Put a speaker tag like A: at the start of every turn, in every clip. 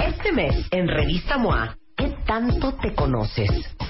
A: Este mes, en Revista MOA, ¿qué tanto te conoces?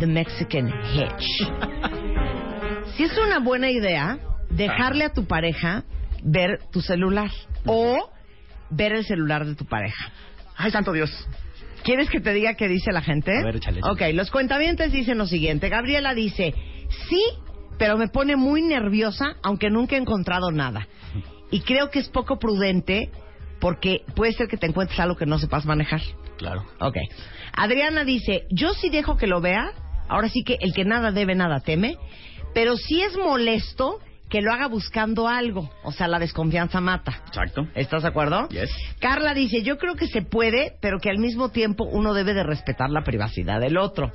B: The Mexican Hitch. si es una buena idea dejarle a tu pareja ver tu celular o ver el celular de tu pareja.
C: Ay, santo Dios.
B: ¿Quieres que te diga qué dice la gente?
D: A ver, échale, échale.
B: Ok, los cuentavientes dicen lo siguiente. Gabriela dice, sí, pero me pone muy nerviosa, aunque nunca he encontrado nada. Y creo que es poco prudente porque puede ser que te encuentres algo que no sepas manejar.
D: Claro.
B: Ok. Adriana dice, yo sí dejo que lo vea, ahora sí que el que nada debe, nada teme, pero sí es molesto que lo haga buscando algo, o sea, la desconfianza mata.
D: Exacto.
B: ¿Estás de acuerdo?
D: Yes.
B: Carla dice, yo creo que se puede, pero que al mismo tiempo uno debe de respetar la privacidad del otro.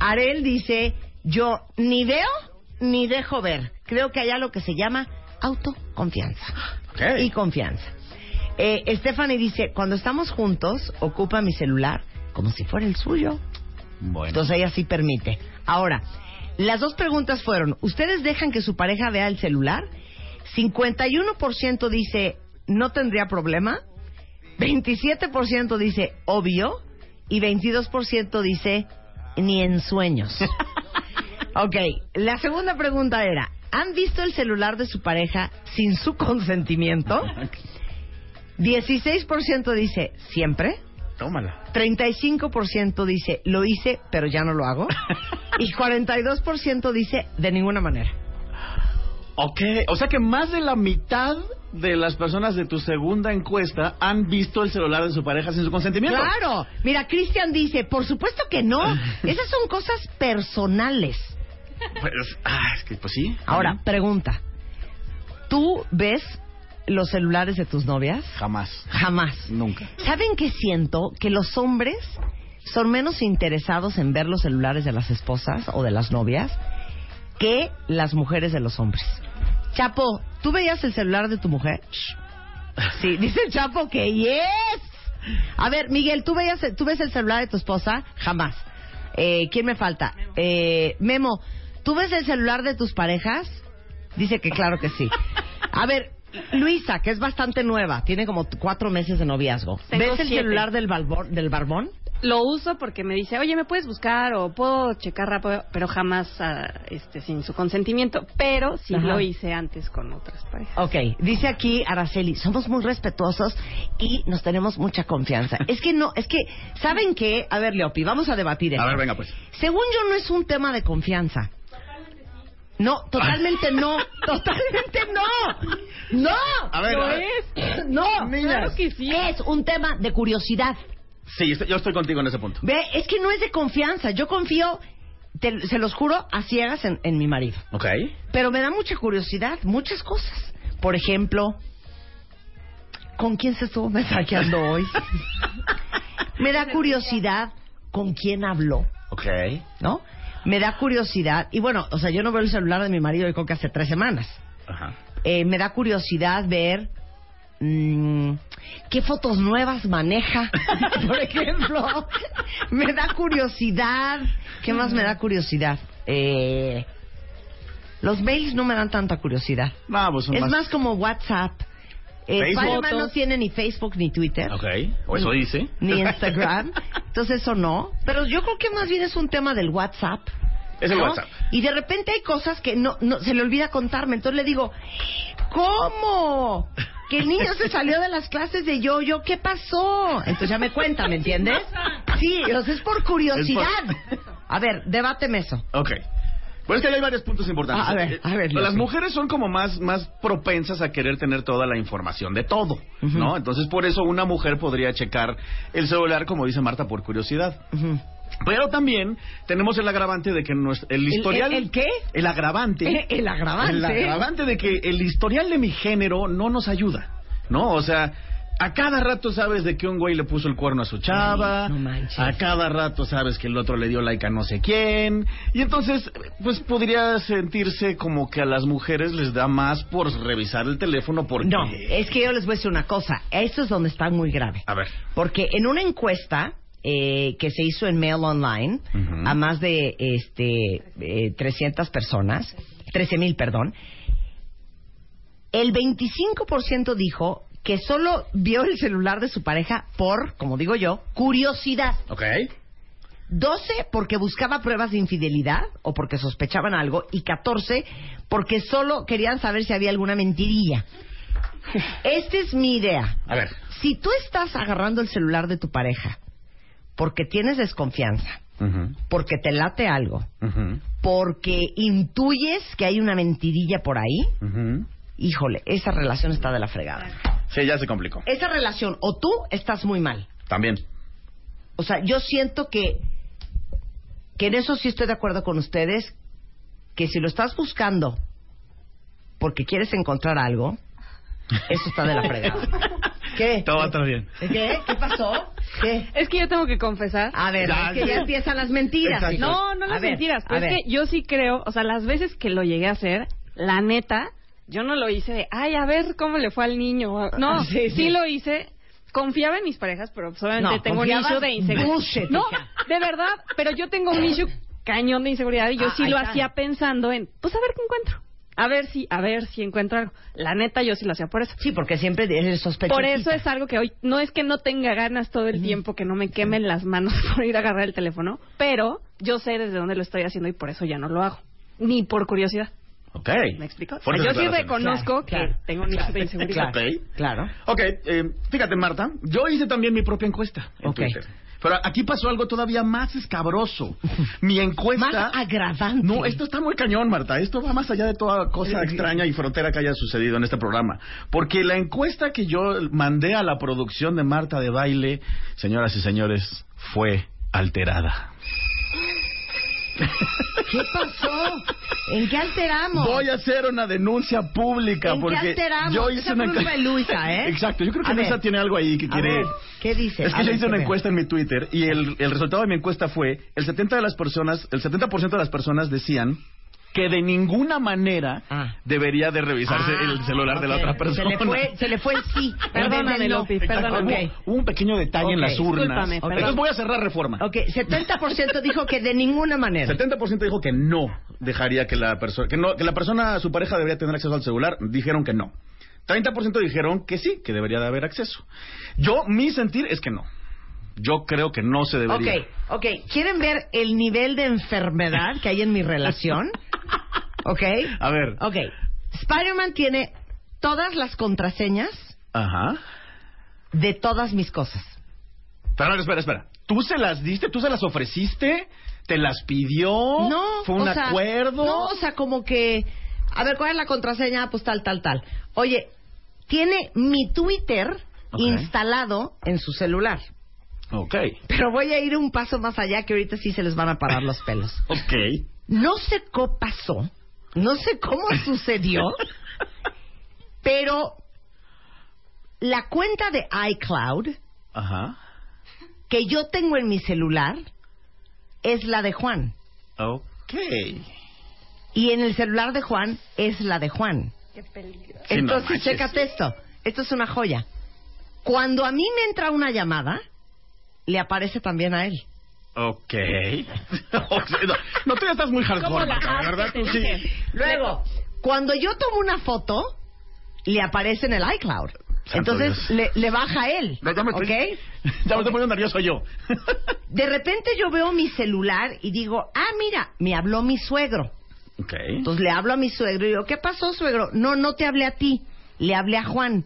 B: Arel dice, yo ni veo ni dejo ver. Creo que hay algo que se llama autoconfianza
D: Ok.
B: y confianza. Eh, Stephanie dice, cuando estamos juntos, ocupa mi celular como si fuera el suyo.
D: Bueno.
B: Entonces ella sí permite. Ahora, las dos preguntas fueron, ¿ustedes dejan que su pareja vea el celular? 51% dice, no tendría problema. 27% dice, obvio. Y 22% dice, ni en sueños. ok, la segunda pregunta era, ¿han visto el celular de su pareja sin su consentimiento? 16% dice, siempre.
D: Tómala.
B: 35% dice, lo hice, pero ya no lo hago. Y 42% dice, de ninguna manera.
C: Ok, o sea que más de la mitad de las personas de tu segunda encuesta han visto el celular de su pareja sin su consentimiento.
B: Claro. Mira, Cristian dice, por supuesto que no. Esas son cosas personales.
C: Pues, ah, es que, pues sí.
B: Ahora, pregunta. ¿Tú ves los celulares de tus novias?
C: Jamás.
B: Jamás.
C: Nunca.
B: ¿Saben qué siento? Que los hombres son menos interesados en ver los celulares de las esposas o de las novias que las mujeres de los hombres. Chapo, ¿tú veías el celular de tu mujer? Sí, dice el Chapo que yes. A ver, Miguel, ¿tú, veías, ¿tú ves el celular de tu esposa? Jamás. Eh, ¿Quién me falta? Eh, Memo, ¿tú ves el celular de tus parejas? Dice que claro que sí. A ver, Luisa, que es bastante nueva, tiene como cuatro meses de noviazgo.
E: Tengo
B: ¿Ves el
E: siete.
B: celular del, balbón, del barbón?
E: Lo uso porque me dice, oye, ¿me puedes buscar o puedo checar rápido? Pero jamás ah, este, sin su consentimiento. Pero sí
B: Ajá.
E: lo hice antes con otras parejas.
B: Ok, dice aquí Araceli, somos muy respetuosos y nos tenemos mucha confianza. es que no, es que, ¿saben qué? A ver, Leopi, vamos a debatir esto.
D: A ver, venga pues.
B: Según yo, no es un tema de confianza. No, totalmente no, totalmente no, no.
D: A ver,
E: Lo
D: a ver.
E: es.
B: No,
E: Claro que sí.
B: es un tema de curiosidad.
D: Sí, estoy- yo estoy contigo en ese punto.
B: Ve, es que no es de confianza. Yo confío, te- se los juro, a ciegas en, en mi marido.
D: Ok.
B: Pero me da mucha curiosidad, muchas cosas. Por ejemplo, ¿con quién se estuvo mensajeando hoy? me da curiosidad con quién habló,
D: Ok.
B: ¿no? Me da curiosidad. Y bueno, o sea, yo no veo el celular de mi marido, yo creo que hace tres semanas.
D: Ajá.
B: Eh, me da curiosidad ver mm, qué fotos nuevas maneja, por ejemplo. me da curiosidad. ¿Qué más me da curiosidad? Eh, los mails no me dan tanta curiosidad.
C: Vamos,
B: Es más como WhatsApp. Eh,
D: Facebook.
B: Spider-Man no tiene ni Facebook ni Twitter.
D: Ok. O eso dice.
B: Ni Instagram, entonces eso no. Pero yo creo que más bien es un tema del WhatsApp.
D: Es el
B: ¿no?
D: WhatsApp.
B: Y de repente hay cosas que no, no se le olvida contarme. Entonces le digo, ¿cómo? que el niño se salió de las clases de yo-yo, ¿qué pasó? Entonces ya me cuenta, ¿me entiendes? Sí, o sea, es por curiosidad. A ver, debáteme eso.
C: Ok. Pues es que ahí hay varios puntos importantes.
B: Ah, a ver,
C: Eh,
B: a ver,
C: Las
B: Lucy.
C: mujeres son como más, más propensas a querer tener toda la información de todo, ¿no? Entonces, por eso una mujer podría checar el celular, como dice Marta, por curiosidad.
B: Ujú.
C: Pero también tenemos el agravante de que nuestro- el historial...
B: el- el qué?
C: El agravante.
B: Eh, El agravante.
C: El agravante de que el historial de mi género no nos ayuda, ¿no? O sea, a cada rato sabes de que un güey le puso el cuerno a su chava,
B: Sí, no manches.
C: a cada rato sabes que el otro le dio like a no sé quién, y entonces, pues podría sentirse como que a las mujeres les da más por revisar el teléfono porque...
B: No, es que yo les voy a decir una cosa. Esto es donde está muy grave.
C: A ver.
B: Porque en una encuesta eh, que se hizo en Mail Online
C: Ujú.
B: a más de este, eh, 300 personas, 13 mil, perdón, el 25% dijo que solo vio el celular de su pareja por, como digo yo, curiosidad.
C: Ok.
B: 12 porque buscaba pruebas de infidelidad o porque sospechaban algo y 14 porque solo querían saber si había alguna mentirilla. Esta es mi idea.
C: A ver.
B: Si tú estás agarrando el celular de tu pareja porque tienes desconfianza,
C: Ujú,
B: porque te late algo,
C: ujú,
B: porque intuyes que hay una mentirilla por ahí,
C: ujú.
B: híjole, esa relación está de la fregada.
C: Sí, ya se complicó.
B: Esa relación o tú estás muy mal.
C: También.
B: O sea, yo siento que, que en eso sí estoy de acuerdo con ustedes, que si lo estás buscando porque quieres encontrar algo, eso está de la fregada. ¿Qué?
C: Todo va a estar bien.
B: ¿Qué? ¿Qué pasó? ¿Qué?
E: Es que yo tengo que confesar.
B: A ver,
C: Ya,
B: es que ya
C: sí.
B: empiezan las mentiras.
C: Exacto.
B: hijos.
E: No, no
B: A
E: las
B: ver,
E: mentiras.
B: a
E: Pero es
B: ver.
E: que yo sí creo, o sea, las veces que lo llegué a hacer, la neta, yo no lo hice de, ay, a ver cómo le fue al niño. No,
B: Ah, Sí,
E: sí,
B: sí.
E: lo hice. Confiaba en mis parejas, pero solamente
B: No,
E: tengo un
B: confiabas
E: issue de inseguridad.
B: bullshit,
E: No,
B: hija.
E: de verdad, pero yo tengo un issue cañón de inseguridad y yo
B: Ah,
E: sí
B: ahí
E: lo
B: está.
E: hacía pensando en, pues a ver qué encuentro. A ver si, a ver si encuentro algo. La neta, yo sí lo hacía por eso.
B: Sí, porque siempre eres sospechoso.
E: Por eso es algo que hoy no es que no tenga ganas todo el tiempo, que no me quemen las manos por ir a agarrar el teléfono, pero yo sé desde dónde lo estoy haciendo y por eso ya no lo hago. Ni por curiosidad.
C: Ok.
E: ¿Me explico? O sea,
C: Fuertes
E: yo sí
C: declaraciones.
E: reconozco
B: Claro,
E: que tengo un nicho de inseguridad.
B: Claro,
C: Ok.
B: claro.
C: Ok, eh, fíjate Marta, yo hice también mi propia encuesta en
B: Ok.
C: Twitter. Pero aquí pasó algo todavía más escabroso. Mi encuesta...
B: Más agravante.
C: Pues No, esto está muy cañón, Marta. Esto va más allá de toda
B: Eh,
C: cosa extraña y frontera que haya sucedido en este programa. Porque la encuesta que yo mandé a la producción de Marta de Baile, señoras y señores, fue alterada.
B: ¿Qué pasó? ¿En qué alteramos?
C: Voy a hacer una denuncia pública
B: ¿En qué
C: porque
B: alteramos?
C: yo
B: Esa
C: hice una
B: fue
C: encuesta.
B: de Luisa, ¿eh?
C: Exacto, yo creo que
B: A ver.
C: Luisa tiene algo ahí que
B: A
C: quiere
B: ver, ¿Qué dice?
C: Es
B: A
C: que yo
B: ver,
C: hice
B: que
C: una
B: vea.
C: encuesta en mi Twitter y el, el resultado de mi encuesta fue el 70 de las personas, el 70% de las personas decían que de ninguna manera
B: Ah.
C: debería de revisarse
B: Ah,
C: el celular de la
B: ok.
C: otra persona.
B: Se le fue, se le fue el sí.
E: Perdóname, Lopi,
C: Exacto,
E: perdóname.
C: hubo- Hubo un pequeño detalle
B: Ok,
C: en las urnas.
E: discúlpame,
C: Entonces
E: perdón.
C: voy a cerrar reforma.
B: Ok, 70% dijo que de ninguna manera.
C: 70% dijo que no dejaría que la persona, que no, que la persona, su pareja debería tener acceso al celular, dijeron que no. 30% dijeron que sí, que debería de haber acceso. Yo, mi sentir es que no. Yo creo que no se
B: Ok,
C: debería.
B: ok. ¿Quieren ver el nivel de enfermedad que hay en mi relación? Ok.
C: A ver.
B: Ok. Spider-Man tiene todas las contraseñas
C: Ajá.
B: de todas mis cosas.
C: Pero no, espera, espera. ¿Tú se las diste? ¿Tú se las ofreciste? ¿Te las pidió?
B: No.
C: ¿Fue un
B: o sea,
C: acuerdo?
B: No, o sea, como que. A ver, ¿cuál es la contraseña? Ah, Pues tal, tal, tal. Oye, tiene mi Twitter
C: Ok.
B: instalado en su celular.
C: Ok.
B: Pero voy a ir un paso más allá que ahorita sí se les van a parar los pelos.
C: Ok.
B: No sé cómo pasó, no sé cómo sucedió, pero la cuenta de iCloud
C: Ajá.
B: que yo tengo en mi celular es la de Juan.
C: Ok.
B: Y en el celular de Juan es la de Juan.
C: Sí, no
B: Entonces,
C: manches.
B: chécate esto. Esto es una joya. Cuando a mí me entra una llamada, le aparece también a él.
C: Ok. O sea, no, no, tú ya estás muy hardcore,
E: la
C: Marta,
E: haces,
C: ¿verdad?
E: te
C: Tú sí.
E: dije.
B: Luego, cuando yo tomo una foto, le aparece en el iCloud.
C: Santo
B: Entonces
C: Dios.
B: le, le baja él.
C: No, ya me estoy,
B: ¿Ok?
C: ya me estoy poniendo nervioso yo.
B: De repente yo veo mi celular y digo, ah, mira, me habló mi suegro.
C: ok.
B: Entonces le hablo a mi suegro y digo, ¿qué pasó, suegro? No, no te hablé a ti, le hablé a Juan.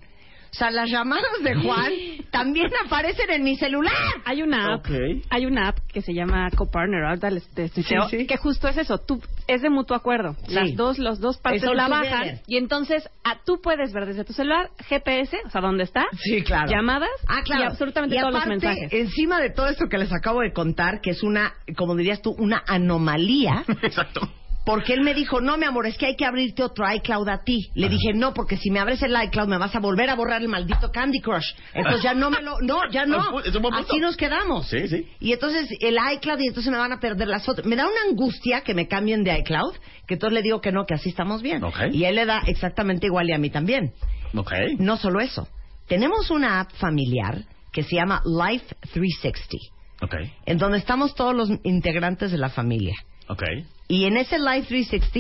B: O sea, las llamadas de Juan también aparecen en mi celular.
E: Hay
B: Ah.
E: una app,
C: Ok.
E: hay una app que se llama Copartner, ahorita les- te estoy
B: Sí,
E: diciendo,
B: sí.
E: que justo es eso, tú es de mutuo acuerdo,
B: Sí.
E: las dos los dos partes
B: Eso
E: la
B: tú
E: bajan
B: debes.
E: y entonces a tú puedes ver desde tu celular GPS, o sea, dónde está,
B: Sí, claro.
E: llamadas
B: Ah, claro.
E: y absolutamente
B: Y
E: todos
B: aparte,
E: los mensajes.
B: Encima de todo esto que les acabo de contar, que es una, como dirías tú, una anomalía,
C: Exacto.
B: porque él me dijo, no, mi amor, es que hay que abrirte otro iCloud a ti. Le dije, no, porque si me abres el iCloud me vas a volver a borrar el maldito Candy Crush. Entonces ya no me lo, no, ya no.
C: Ah, Es un buen punto.
B: Así nos quedamos.
C: Sí, sí.
B: Y entonces el iCloud y entonces me van a perder las fotos. Me da una angustia que me cambien de iCloud, que entonces le digo que no, que así estamos bien.
C: Ok.
B: Y él le da exactamente igual y a mí también.
C: Ok.
B: No solo eso, tenemos una app familiar que se llama Life 360,
C: Ok.
B: en donde estamos todos los integrantes de la familia.
C: Ok.
B: Y en ese Life 360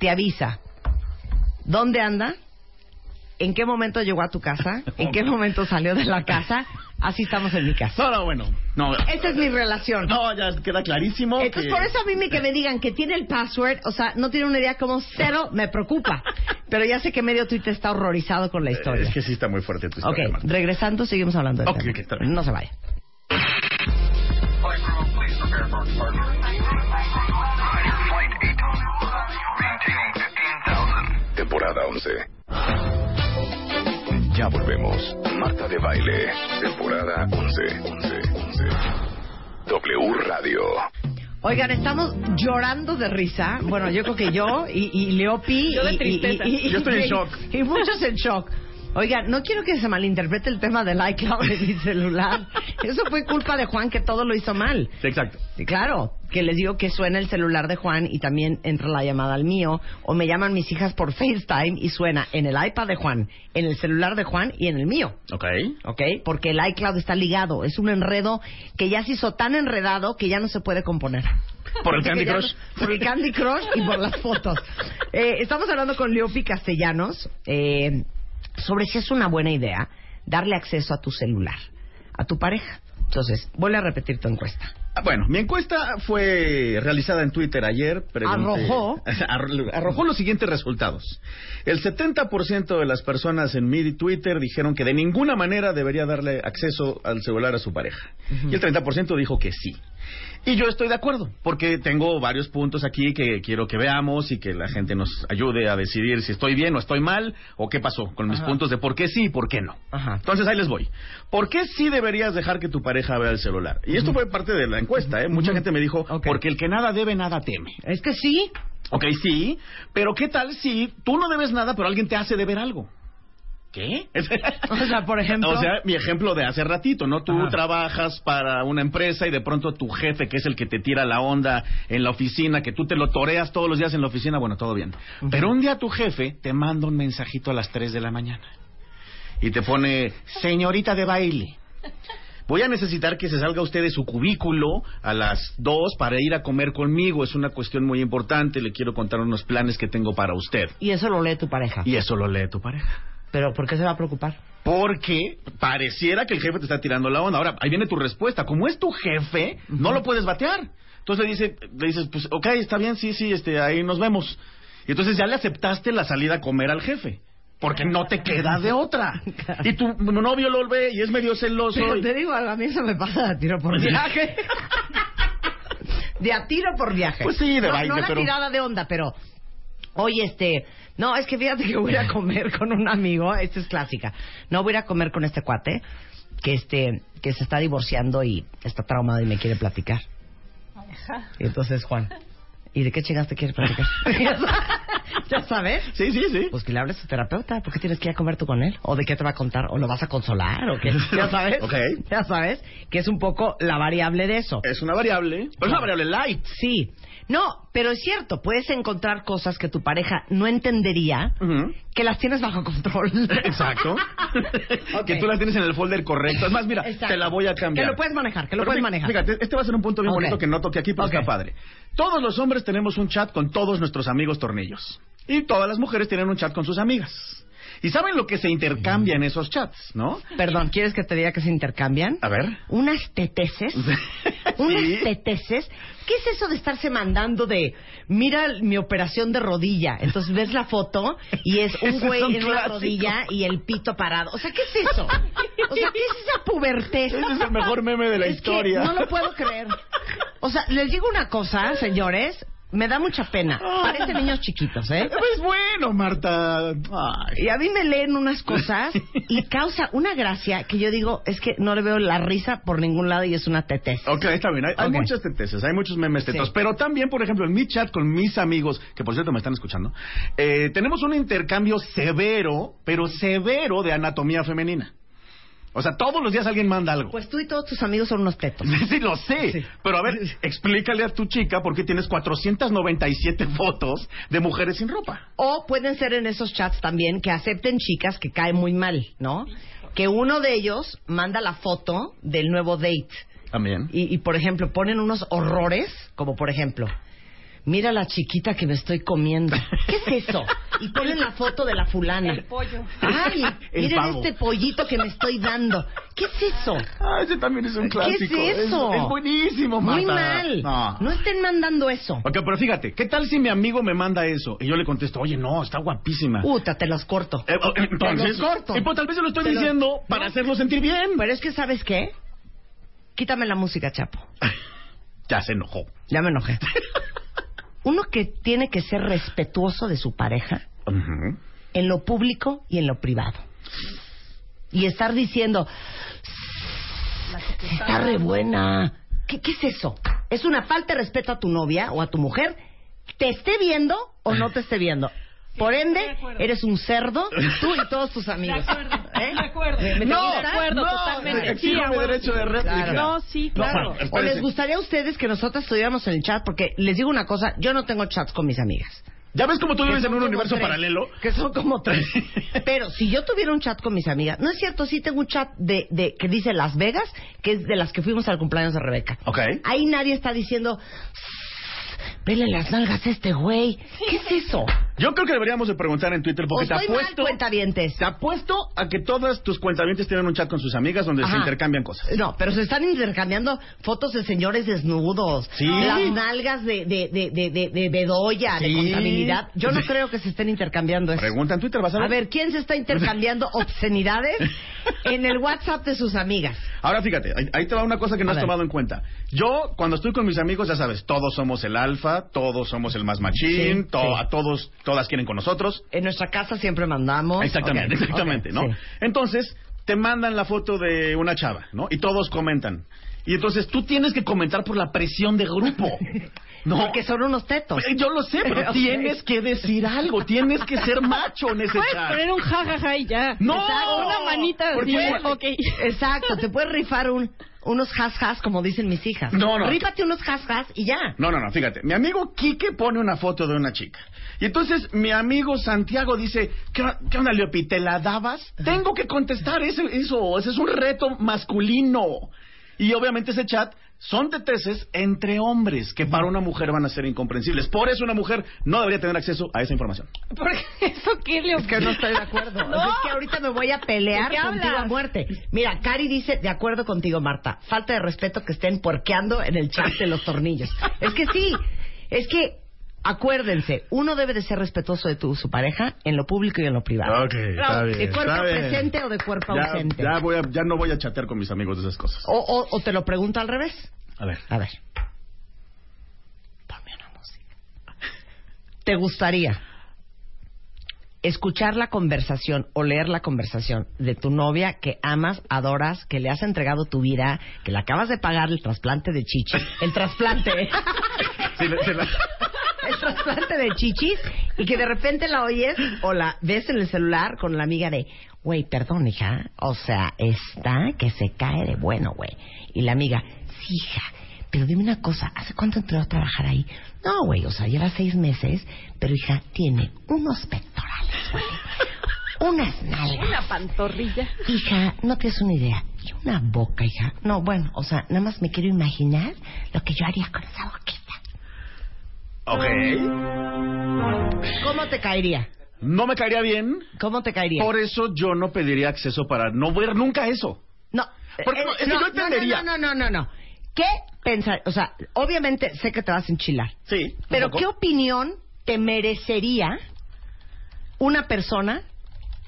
B: te avisa dónde anda, en qué momento llegó a tu casa, en qué momento salió de la casa. Así estamos en mi casa.
C: No, no, bueno. No,
B: Esa es mi relación.
C: no ya queda clarísimo.
B: Este- Entonces,
C: que-
B: por eso a mí me, que me digan que tiene el password, o sea, no tiene una idea como cero, me preocupa. Pero ya sé que medio Twitter está horrorizado con la historia.
C: Es que sí está muy fuerte tu
B: Ok,
C: historia, Marta.
B: regresando seguimos hablando de
C: Ok,
B: tema.
C: ok, está bien.
B: No se vaya.
F: Temporada 11. Ya volvemos. Marta de Baile. Temporada 11. 11. 11. W Radio.
B: Oigan, estamos llorando de risa. Bueno, yo creo que yo y, y Leopi.
E: Yo de
B: y- y-
E: tristeza.
B: y- y-
C: Yo estoy en
B: y-
C: shock.
B: Y muchos en shock. Oigan, no quiero que se malinterprete el tema del iCloud de mi celular. Eso fue culpa de Juan que todo lo hizo mal.
C: Sí, exacto.
B: Y Claro, que les digo que suena el celular de Juan y también entra la llamada al mío, o me llaman mis hijas por FaceTime y suena en el iPad de Juan, en el celular de Juan y en el mío.
C: Ok.
B: ¿ok? Porque el iCloud está ligado. Es un enredo que ya se hizo tan enredado que ya no se puede componer.
C: Por el
B: Que
C: Candy
B: ya no-
C: Crush.
B: por el Candy Crush y por las fotos. Eh, estamos hablando con Leopi Castellanos eh, sobre si es una buena idea darle acceso a tu celular, a tu pareja. Entonces, vuelve a repetir tu encuesta.
C: Ah, Bueno, mi encuesta fue realizada en Twitter ayer. pregunté-
B: Arrojó.
C: Arro- arrojó los siguientes resultados. El 70% de las personas en mi Twitter dijeron que de ninguna manera debería darle acceso al celular a su pareja. Y el 30% dijo que sí. Y yo estoy de acuerdo, porque tengo varios puntos aquí que quiero que veamos y que la gente nos ayude a decidir si estoy bien o estoy mal o qué pasó con mis
B: Ajá.
C: puntos de por qué sí y por qué no.
B: Ajá.
C: Entonces ahí les voy. ¿Por qué sí deberías dejar que tu pareja vea el celular? Y esto fue parte de la encuesta, ¿eh? Mucha gente me dijo,
B: Ok.
C: porque el que nada debe, nada teme.
B: Es que sí.
C: Ok, sí, pero ¿qué tal si tú no debes nada, pero alguien te hace deber algo? ¿Qué?
B: O sea, por ejemplo.
C: O sea, mi ejemplo de hace ratito, ¿no? Tú
B: Ajá.
C: trabajas para una empresa y de pronto tu jefe, que es el que te tira la onda en la oficina, que tú te lo toreas todos los días en la oficina, bueno, todo bien.
B: Ujú.
C: Pero un día tu jefe te manda un mensajito a las 3 de la mañana y te pone, señorita de baile. Voy a necesitar que se salga usted de su cubículo a las 2 para ir a comer conmigo. Es una cuestión muy importante. Le quiero contar unos planes que tengo para usted.
B: y eso lo lee tu pareja.
C: Y eso lo lee tu pareja.
B: Pero ¿por qué se va a preocupar?
C: Porque pareciera que el jefe te está tirando la onda. Ahora, ahí viene tu respuesta. Como es tu jefe, no lo puedes batear. Entonces le, dice, le dices, pues, ok, está bien, sí, sí, este, ahí nos vemos. Y entonces ya le aceptaste la salida a comer al jefe. Porque no te queda de otra. Y tu novio lo ve y es medio celoso.
B: Pero
C: y-
B: te digo, algo, a mí eso me pasa de a tiro
C: Pues
B: por viaje. de a tiro por viaje.
C: Pues sí, de
B: no,
C: baile,
B: No la
C: pero-
B: tirada de onda, pero... Oye, este... No, es que fíjate que voy a comer con un amigo. Esta es clásica. No voy a ir a comer con este cuate que este que se está divorciando y está traumado y me quiere platicar. Y entonces, Juan, ¿y de qué chingaste quieres platicar? ya sabes.
C: Sí, sí, sí.
B: Pues que le hables a su terapeuta, ¿por qué tienes que ir a comer tú con él? ¿O de qué te va a contar? ¿O lo vas a consolar? ¿O qué? Ya sabes.
C: Ok. Eh.
B: Ya sabes que es un poco la variable de eso.
C: Es una variable. Pero es una variable light.
B: Sí. No, pero es cierto, puedes encontrar cosas que tu pareja no entendería que las tienes bajo control.
C: Exacto.
B: Ok.
C: Que tú la tienes en el folder correcto. Es más, mira,
B: Exacto.
C: te la voy a cambiar.
B: Que lo puedes manejar, que lo
C: Pero
B: puedes
C: fí-
B: manejar.
C: Fíjate, este va a ser un punto bien
B: Ok.
C: bonito que no toqué aquí, pero
B: Ok.
C: está padre. Todos los hombres tenemos un chat con todos nuestros amigos tornillos. Y todas las mujeres tienen un chat con sus amigas. Y saben lo que se intercambia en esos chats, ¿no?
B: Perdón, ¿quieres que te diga que se intercambian?
C: A ver.
B: Unas teteces unas teteces. ¿Qué es eso de estarse mandando de, mira mi operación de rodilla? Entonces ves la foto y es un
C: Ese
B: güey
C: es un
B: en una
C: clásico.
B: rodilla y el pito parado. O sea, ¿qué es eso? O sea, ¿qué es esa pubertez?
C: Ese es el mejor meme de la
B: Es que
C: historia.
B: no lo puedo creer. O sea, les digo una cosa, señores, me da mucha pena. Parecen niños chiquitos, ¿eh?
C: Pues bueno, Marta. Ay.
B: Y a mí me leen unas cosas y causa una gracia que yo digo, es que no le veo la risa por ningún lado y es una tetez.
C: Ok, está bien. Hay, hay
B: Ok.
C: muchas teteses, hay muchos memes tetos.
B: Sí.
C: Pero también, por ejemplo, en mi chat con mis amigos, que por cierto me están escuchando, eh, tenemos un intercambio severo, pero severo de anatomía femenina. O sea, todos los días alguien manda algo.
B: Pues tú y todos tus amigos son unos tetos.
C: Sí, lo sé.
B: Sí.
C: Pero a ver, explícale a tu chica por qué tienes 497 fotos de mujeres sin ropa.
B: O pueden ser en esos chats también que acepten chicas que caen muy mal, ¿no? Que uno de ellos manda la foto del nuevo date.
C: También.
B: Y, y, por ejemplo, ponen unos horrores, como por ejemplo, mira la chiquita que me estoy comiendo. ¿Qué es eso? Y ponen la foto de la fulana.
E: El pollo.
B: Ay,
C: El
B: miren
C: pavo.
B: este pollito que me estoy dando. ¿Qué es eso?
C: Ah, ese también es un clásico.
B: ¿Qué es eso?
C: Es, es buenísimo, Marta.
B: Muy mal.
C: No.
B: No. estén mandando eso.
C: Ok, pero fíjate, ¿qué tal si mi amigo me manda eso? Y yo le contesto, oye, no, está guapísima.
B: Puta, te los corto.
C: Eh, oh, entonces,
B: Te lo corto.
C: Y pues tal vez se lo estoy
B: Te lo-
C: diciendo para hacerlo sentir bien.
B: Pero es que, ¿sabes qué? Quítame la música, Chapo.
C: Ya se enojó.
B: Ya me enojé. Uno que tiene que ser respetuoso de su pareja
C: Ujú.
B: en lo público y en lo privado. Y estar diciendo, está re buena. ¿Qué, qué es eso? ¿Es una falta de respeto a tu novia o a tu mujer? ¿Te esté viendo o no te esté viendo? Por ende,
E: de acuerdo.
B: eres un cerdo, tú y todos tus amigos. ¿Eh?
E: De acuerdo.
B: ¿Me- me
E: no, de
B: gusta?
E: acuerdo,
C: no,
E: totalmente.
C: exijo
E: Sí,
C: mi
E: a huevo.
C: derecho de réplica.
E: No, sí,
C: No,
E: claro.
C: Juan,
B: ¿O les
C: espérese.
B: gustaría a ustedes que nosotros estuviéramos en el chat? Porque les digo una cosa, yo no tengo chats con mis amigas.
C: ¿Ya ves cómo tú
B: Que
C: vives
B: son
C: en un
B: como
C: universo
B: tres,
C: paralelo?
B: Que son como tres. Pero si yo tuviera un chat con mis amigas, no es cierto, sí tengo un chat de, de que dice Las Vegas, que es de las que fuimos al cumpleaños de Rebeca.
C: Ok.
B: Ahí nadie está diciendo, vele las nalgas a este güey. ¿Qué es eso?
C: Yo creo que deberíamos de preguntar en Twitter
B: O
C: porque te
B: Pues, estoy mal,
C: apuesto,
B: cuentavientes.
C: te apuesto a que todas tus cuentavientes tienen un chat con sus amigas donde se
B: Ajá.
C: intercambian cosas.
B: No, pero se están intercambiando fotos de señores desnudos,
C: Sí.
B: las nalgas de, de, de, de, de, de bedoya, de
C: Sí.
B: contabilidad. Yo no creo que se estén intercambiando eso.
C: Pregunta en Twitter, vas a ver.
B: A ver, ¿quién se está intercambiando obscenidades en el WhatsApp de sus amigas?
C: Ahora fíjate, ahí, ahí te va una cosa que no
B: A
C: has
B: ver.
C: tomado en cuenta. Yo, cuando estoy con mis amigos, ya sabes, todos somos el alfa, todos somos el más machín,
B: Sí,
C: to-
B: sí.
C: a todos, todas quieren con nosotros.
B: En nuestra casa siempre mandamos.
C: Exactamente,
B: Ok,
C: exactamente,
B: ok,
C: ¿no?
B: sí.
C: Entonces, te mandan la foto de una chava, ¿no? Y todos comentan. Y entonces tú tienes que comentar por la presión de grupo. ¿No?
B: Porque son unos tetos.
C: Eh, Yo lo sé, pero
B: Ok.
C: tienes que decir algo, tienes que ser macho en ese
E: Puedes
C: chat.
E: poner un jajaja y ya.
C: No.
E: Exacto, una manita
C: ¿Por
E: así.
C: qué?
E: de, Ok.
B: Exacto, te puedes rifar un, unos has-has, como dicen mis hijas.
C: No, no.
B: Rífate unos has-has y ya.
C: No, no, no, fíjate. Mi amigo Quique pone una foto de una chica. Y entonces mi amigo Santiago dice, ¿qué, qué onda, Leopi? ¿Te la dabas? Tengo que contestar eso, eso. Ese es un reto masculino. Y obviamente ese chat son teteses entre hombres que para una mujer van a ser incomprensibles. Por eso una mujer no debería tener acceso a esa información.
E: Porque eso qué le
B: Es que no estoy de acuerdo.
E: No.
B: Es que ahorita me voy a pelear
E: ¿De qué
B: contigo
E: hablas?
B: a muerte. Mira, Cari dice, de acuerdo contigo, Marta. Falta de respeto que estén puerqueando en el chat de los tornillos. Es que sí, es que acuérdense, uno debe de ser respetuoso de tu, su pareja en lo público y en lo privado.
C: Ah, está
B: de cuerpo presente o de cuerpo ausente.
C: Ya, voy a- ya no voy a chatear con mis amigos de esas cosas.
B: O, o- o te lo pregunto al revés.
C: A ver.
B: A ver. Ponme una música. ¿Te gustaría escuchar la conversación o leer la conversación de tu novia que amas, adoras, que le has entregado tu vida, que le acabas de pagar el trasplante de chichis? El trasplante, ¿eh?
C: Sí, le- se la-
B: el trasplante de chichis y que de repente la oyes o la ves en el celular con la amiga de, güey, perdón, hija, o sea, está que se cae de bueno, güey. Y la amiga, sí, hija, pero dime una cosa, ¿hace cuánto entró a trabajar ahí? No, güey, o sea, lleva seis meses, pero hija, tiene unos pectorales, güey, unas nalgas.
E: Una pantorrilla.
B: Hija, no tienes una idea. Y una boca, hija. No, bueno, o sea, nada más me quiero imaginar lo que yo haría con esa boquita.
C: ok.
B: ¿Cómo te caería?
C: No me caería bien.
B: ¿Cómo te caería?
C: Por eso yo no pediría acceso para no ver nunca eso.
B: No.
C: Porque
B: eh,
C: no, es que yo entendería.
B: No, no, no, no, no. ¿Qué pensar? O sea, obviamente sé que te vas a enchilar.
C: Sí.
B: Pero
C: un poco.
B: ¿qué opinión te merecería una persona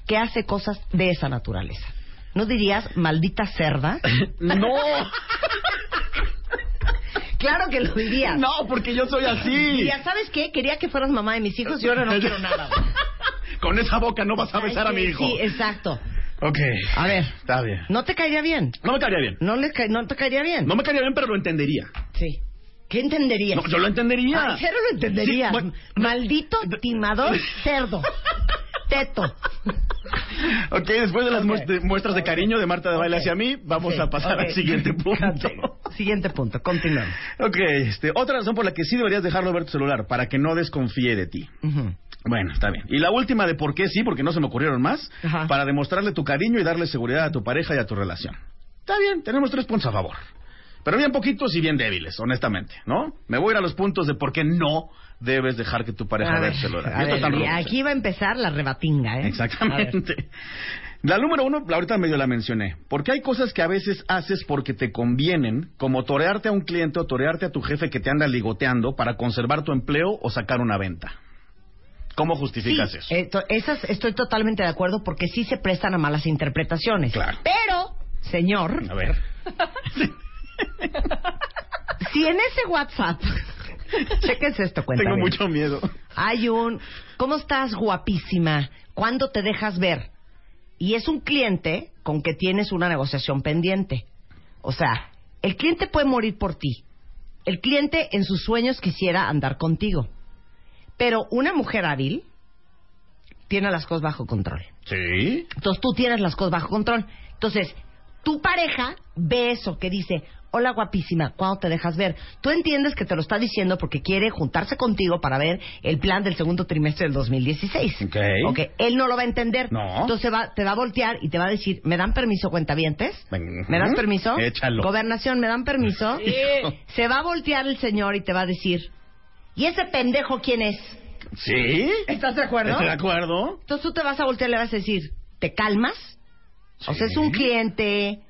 B: que hace cosas de esa naturaleza? ¿No dirías maldita cerda?
C: No,
B: Claro que lo dirías.
C: no, porque yo soy así.
B: Dirías, ¿sabes qué? Quería que fueras mamá de mis hijos y ahora no quiero nada. güey".
C: Con esa boca no vas a besar a mi hijo.
B: Sí, exacto.
C: Ok.
B: A ver.
C: Está bien.
B: No te caería bien.
C: No me caería bien.
B: No, le ca- no te caería bien.
C: No me caería bien, pero lo entendería.
B: Sí. ¿Qué entenderías?
C: No, yo lo entendería.
B: Ay, cero lo entenderías.
C: Sí, bueno,
B: Maldito timador cerdo. Teto.
C: Ok, después de las
B: Ok.
C: muest- de- muestras de cariño de Marta de Baile
B: Ok.
C: hacia mí, vamos
B: Sí,
C: a
B: ok.
C: pasar al siguiente punto.
B: Siguiente punto. Continuamos.
C: ok, este, otra razón por la que sí deberías dejarlo ver tu celular, para que no desconfíe de ti.
B: Ujú.
C: Bueno, está bien. Y la última de por qué sí, porque no se me ocurrieron más,
B: Ajá.
C: para demostrarle tu cariño y darle seguridad a tu pareja y a tu relación. Está bien, tenemos tres puntos a favor. Pero bien poquitos y bien débiles, honestamente, ¿no? Me voy a ir a los puntos de por qué no debes dejar que tu pareja
B: A
C: vea
B: ver,
C: el celular.
B: a
C: Y esto
B: ver,
C: tan
B: y
C: rudo.
B: aquí va a empezar la rebatinga, ¿eh?
C: Exactamente. La número uno, la ahorita medio la mencioné. Porque hay cosas que a veces haces porque te convienen, como torearte a un cliente o torearte a tu jefe que te anda ligoteando para conservar tu empleo o sacar una venta. ¿Cómo
B: Sí,
C: justificas eso?
B: eh, to- esas estoy totalmente de acuerdo porque sí se prestan a malas interpretaciones.
C: Claro.
B: Pero, señor,
C: A ver.
B: si en ese WhatsApp, chequense esto, cuenta.
C: Tengo mucho miedo.
B: Hay un, ¿cómo estás guapísima? ¿Cuándo te dejas ver? Y es un cliente con que tienes una negociación pendiente. O sea, el cliente puede morir por ti. El cliente en sus sueños quisiera andar contigo. Pero una mujer hábil tiene las cosas bajo control.
C: ¿Sí?
B: Entonces tú tienes las cosas bajo control. Entonces, tu pareja ve eso que dice, hola guapísima, ¿cuándo te dejas ver? Tú entiendes que te lo está diciendo porque quiere juntarse contigo para ver el plan del segundo trimestre del 2016.
C: Ok.
B: Ok, él no lo va a entender.
C: No.
B: Entonces va- te va a voltear y te va a decir, ¿me dan permiso, cuentavientes?
C: Ven.
B: ¿Me das permiso?
C: Échalo.
B: Gobernación, ¿me dan permiso? Se va a voltear el señor y te va a decir, ¿y ese pendejo quién es?
C: ¿Sí?
B: ¿Estás de acuerdo?
C: ¿Estoy de acuerdo?
B: Entonces tú te vas a voltear y le vas a decir, ¿te calmas? O sea, es un cliente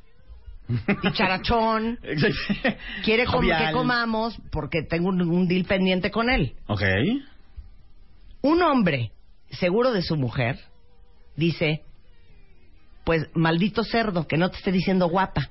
B: dicharachón,
C: Exacto.
B: quiere com- que
C: Jovial.
B: comamos porque tengo un, un deal pendiente con él.
C: Ok.
B: Un hombre seguro de su mujer dice, pues maldito cerdo que no te esté diciendo guapa.